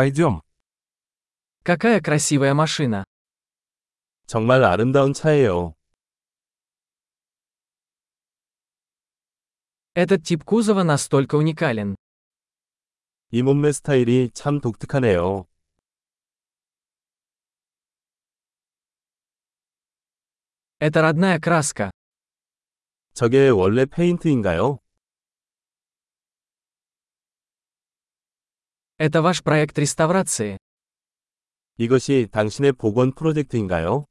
Пойдем. Какая красивая машина. 정말 아름다운 차예요. Этот тип кузова настолько уникален. 이 몸매 스타일이 참 독특하네요. Это родная краска. 저게 원래 페인트인가요? Это ваш проект реставрации. 이것이 당신의 복원 프로젝트인가요?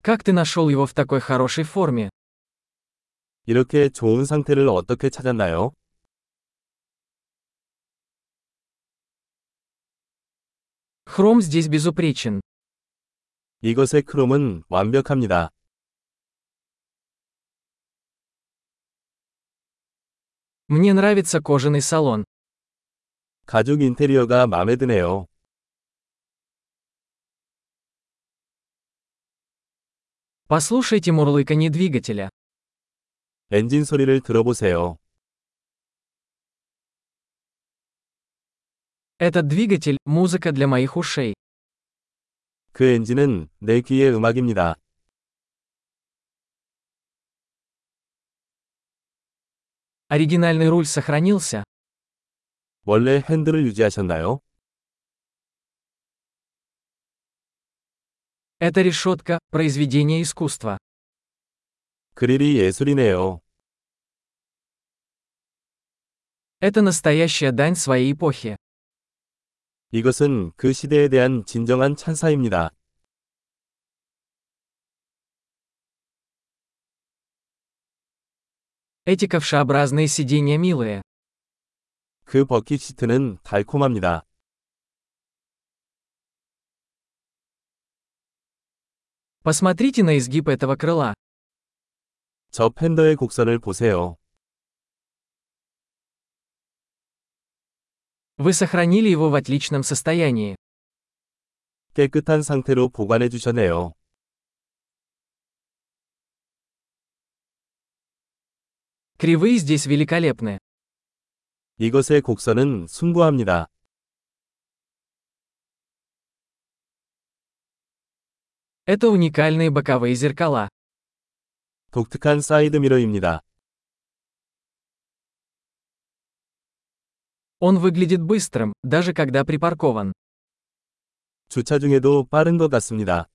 Как ты нашел его в такой хорошей форме? 이렇게 좋은 상태를 어떻게 찾았나요? Хром здесь безупречен. 이것의 크롬은 완벽합니다. Мне нравится кожаный салон. 가죽 인테리어가 마음에 드네요. Послушайте мурлыканье двигателя. 엔진 소리를 들어보세요. Этот двигатель – музыка для моих ушей. 그 엔진은 내 귀의 음악입니다. Оригинальный руль сохранился. 원래 핸들을 유지하셨나요? Эта решетка – произведение искусства. 그릴이 예술이네요. Это настоящая дань своей эпохи. 이것은 그 시대에 대한 진정한 찬사입니다. Эти ковшеобразные сиденья милые. 그 버킷 시트는 달콤합니다. Посмотрите на изгиб этого крыла. 저 팬더의 곡선을 보세요. Вы сохранили его в отличном состоянии. 깨끗한 상태로 보관해 주셨네요. Кривые здесь великолепны. 이것의 곡선은 숭고합니다. Это уникальные боковые зеркала. 독특한 사이드미러입니다. Он выглядит быстрым, даже когда припаркован. 주차 중에도 빠른 것 같습니다.